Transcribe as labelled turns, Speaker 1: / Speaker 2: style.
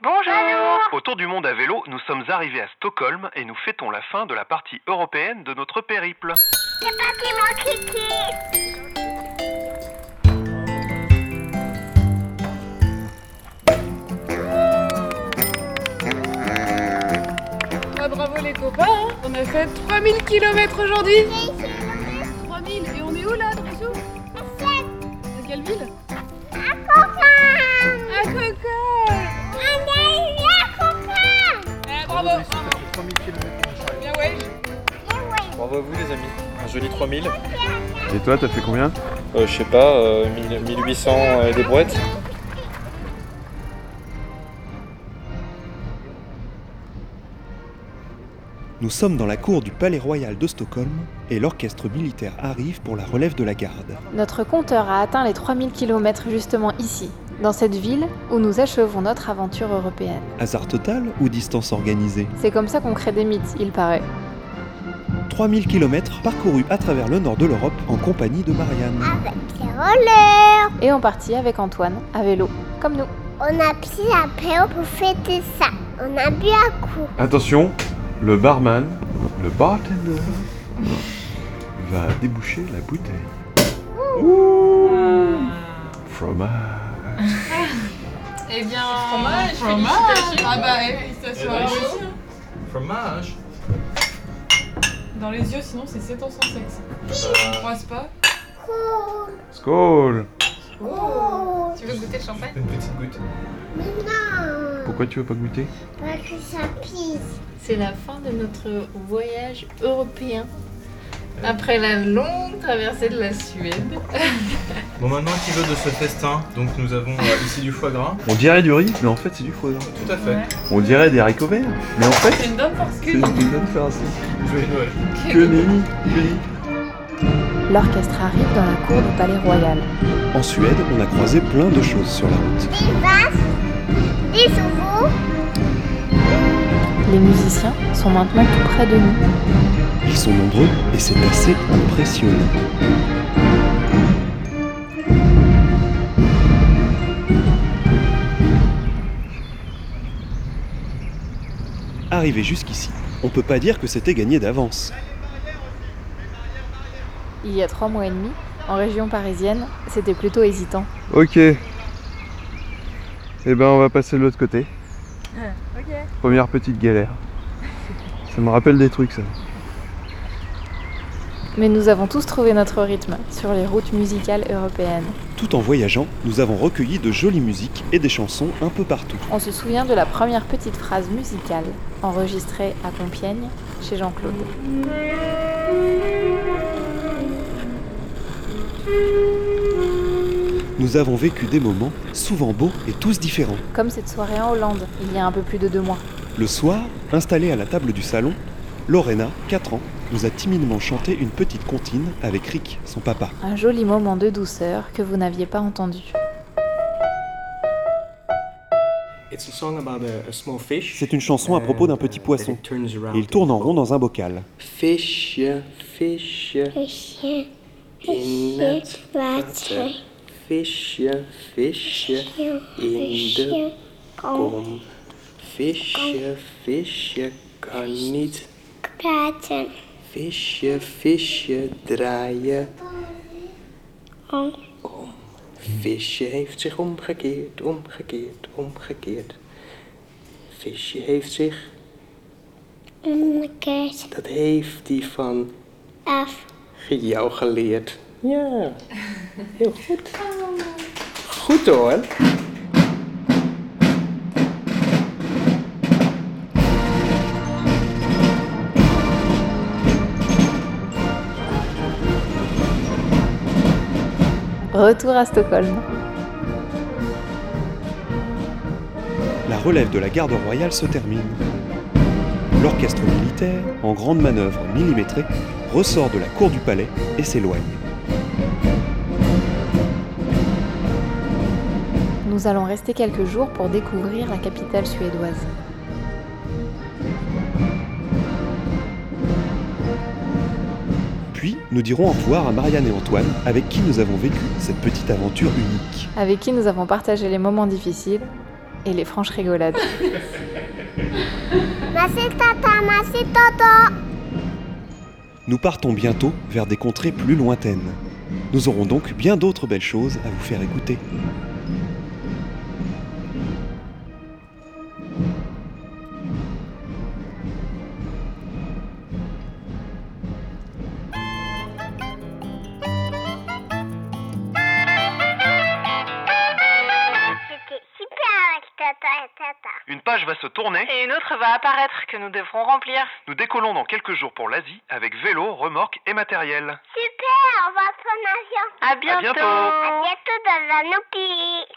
Speaker 1: Bonjour
Speaker 2: Autour du monde à vélo, nous sommes arrivés à Stockholm et nous fêtons la fin de la partie européenne de notre périple.
Speaker 1: C'est parti mon kiki
Speaker 3: Ah, bravo les copains, hein. on a fait 3000 km aujourd'hui 3000 Et on est où là, Trousseau De quelle ville À Coca ah, Bravo bravo. Bien ouais
Speaker 4: Bravo à vous les amis, un joli 3000.
Speaker 5: Et toi, t'as fait combien
Speaker 4: Euh, je sais pas, euh, 1000 1800 euh, des brouettes.
Speaker 6: Nous sommes dans la cour du Palais Royal de Stockholm et l'orchestre militaire arrive pour la relève de la garde.
Speaker 7: Notre compteur a atteint les 3000 km justement ici, dans cette ville où nous achevons notre aventure européenne.
Speaker 6: Hasard total ou distance organisée
Speaker 7: C'est comme ça qu'on crée des mythes, il paraît.
Speaker 6: 3000 km parcourus à travers le nord de l'Europe en compagnie de Marianne.
Speaker 1: Avec les rollers
Speaker 7: Et on partit avec Antoine, à vélo, comme nous.
Speaker 1: On a pris la paix pour fêter ça. On a bu un coup.
Speaker 5: Attention, le barman, le bartender, va déboucher la bouteille. Ouh Fromage.
Speaker 3: Eh bien... Fromage Félicitations Ah bah, eh, félicitations
Speaker 4: Fromage
Speaker 3: Dans les yeux, sinon c'est 7 ans sans sexe. On croise pas.
Speaker 1: Cool.
Speaker 5: Skål
Speaker 1: Cool.
Speaker 3: Tu veux goûter le champagne
Speaker 4: Une petite goutte.
Speaker 1: Mais non
Speaker 5: Pourquoi tu veux pas goûter
Speaker 1: Ah, Pas que ça pisse.
Speaker 8: C'est la fin de notre voyage européen. Après la longue traversée de la Suède.
Speaker 4: Bon maintenant qui veut de ce festin Donc nous avons euh, ici du foie gras.
Speaker 5: On dirait du riz, mais en fait c'est du foie gras.
Speaker 4: Tout à fait.
Speaker 5: On dirait des haricots verts, mais en fait
Speaker 8: C'est une bonne
Speaker 5: c'est
Speaker 8: portion.
Speaker 5: une bonne farce.
Speaker 4: Joyeux Noël.
Speaker 5: Que nenni, que nenni.
Speaker 7: L'orchestre arrive dans la cour du Palais Royal.
Speaker 6: En Suède, on a croisé plein de choses sur la route.
Speaker 1: Des vases, des chevaux.
Speaker 7: Les musiciens sont maintenant tout près de nous.
Speaker 6: Ils sont nombreux et c'est assez impressionnant. Arrivé jusqu'ici, on peut pas dire que c'était gagné d'avance.
Speaker 7: Il y a trois mois et demi, en région parisienne, c'était plutôt hésitant.
Speaker 5: Ok. Eh ben on va passer de l'autre côté. Première petite galère. Ça me rappelle des trucs ça.
Speaker 7: Mais nous avons tous trouvé notre rythme sur les routes musicales européennes.
Speaker 6: Tout en voyageant, nous avons recueilli de jolies musiques et des chansons un peu partout.
Speaker 7: On se souvient de la première petite phrase musicale enregistrée à Compiègne chez Jean-Claude.
Speaker 6: Nous avons vécu des moments, souvent beaux et tous différents.
Speaker 7: Comme cette soirée en Hollande, il y a un peu plus de deux mois.
Speaker 6: Le soir, installée à la table du salon, Lorena, 4 ans, nous a timidement chanté une petite comptine avec Rick, son papa.
Speaker 7: Un joli moment de douceur que vous n'aviez pas entendu.
Speaker 9: It's a song about a, a small fish. Uh,
Speaker 6: C'est une chanson à propos d'un petit poisson. Et il tourne en rond dans un bocal.
Speaker 9: Fish, fish,
Speaker 1: Le chien,
Speaker 9: in
Speaker 1: le
Speaker 9: the
Speaker 1: chien va
Speaker 9: water. Fish, fish,
Speaker 1: tirer le chien. Quand
Speaker 9: gum. Fish, fish, gone it.
Speaker 1: patin,
Speaker 9: Fish, fish, draaien.
Speaker 1: on
Speaker 9: Visje heeft zich omgekeerd, omgekeerd, omgekeerd. Visje heeft zich,
Speaker 1: omkeert
Speaker 9: dat heeft hij van
Speaker 1: af.
Speaker 9: jou geleerd. Ja, heel goed. Goed hoor.
Speaker 7: Retour à Stockholm.
Speaker 6: La relève de la garde royale se termine. L'orchestre militaire, en grande manœuvre millimétrée, ressort de la cour du palais et s'éloigne.
Speaker 7: Nous allons rester quelques jours pour découvrir la capitale suédoise.
Speaker 6: Puis, nous dirons au revoir à Marianne et Antoine, avec qui nous avons vécu cette petite aventure unique.
Speaker 7: avec qui nous avons partagé les moments difficiles, et les franches rigolades.
Speaker 1: Merci tata, merci toto.
Speaker 6: Nous partons bientôt vers des contrées plus lointaines. Nous aurons donc bien d'autres belles choses à vous faire écouter.
Speaker 1: C'était super avec tata et tata.
Speaker 2: Une page va se tourner,
Speaker 10: Et une autre va apparaître que nous devrons remplir.
Speaker 2: nous décollons dans quelques jours pour l'Asie avec vélo, remorque et matériel.
Speaker 1: Super, on va prendre l'avion.
Speaker 10: À
Speaker 2: bientôt.
Speaker 10: bientôt.
Speaker 1: À bientôt dans un autre pays.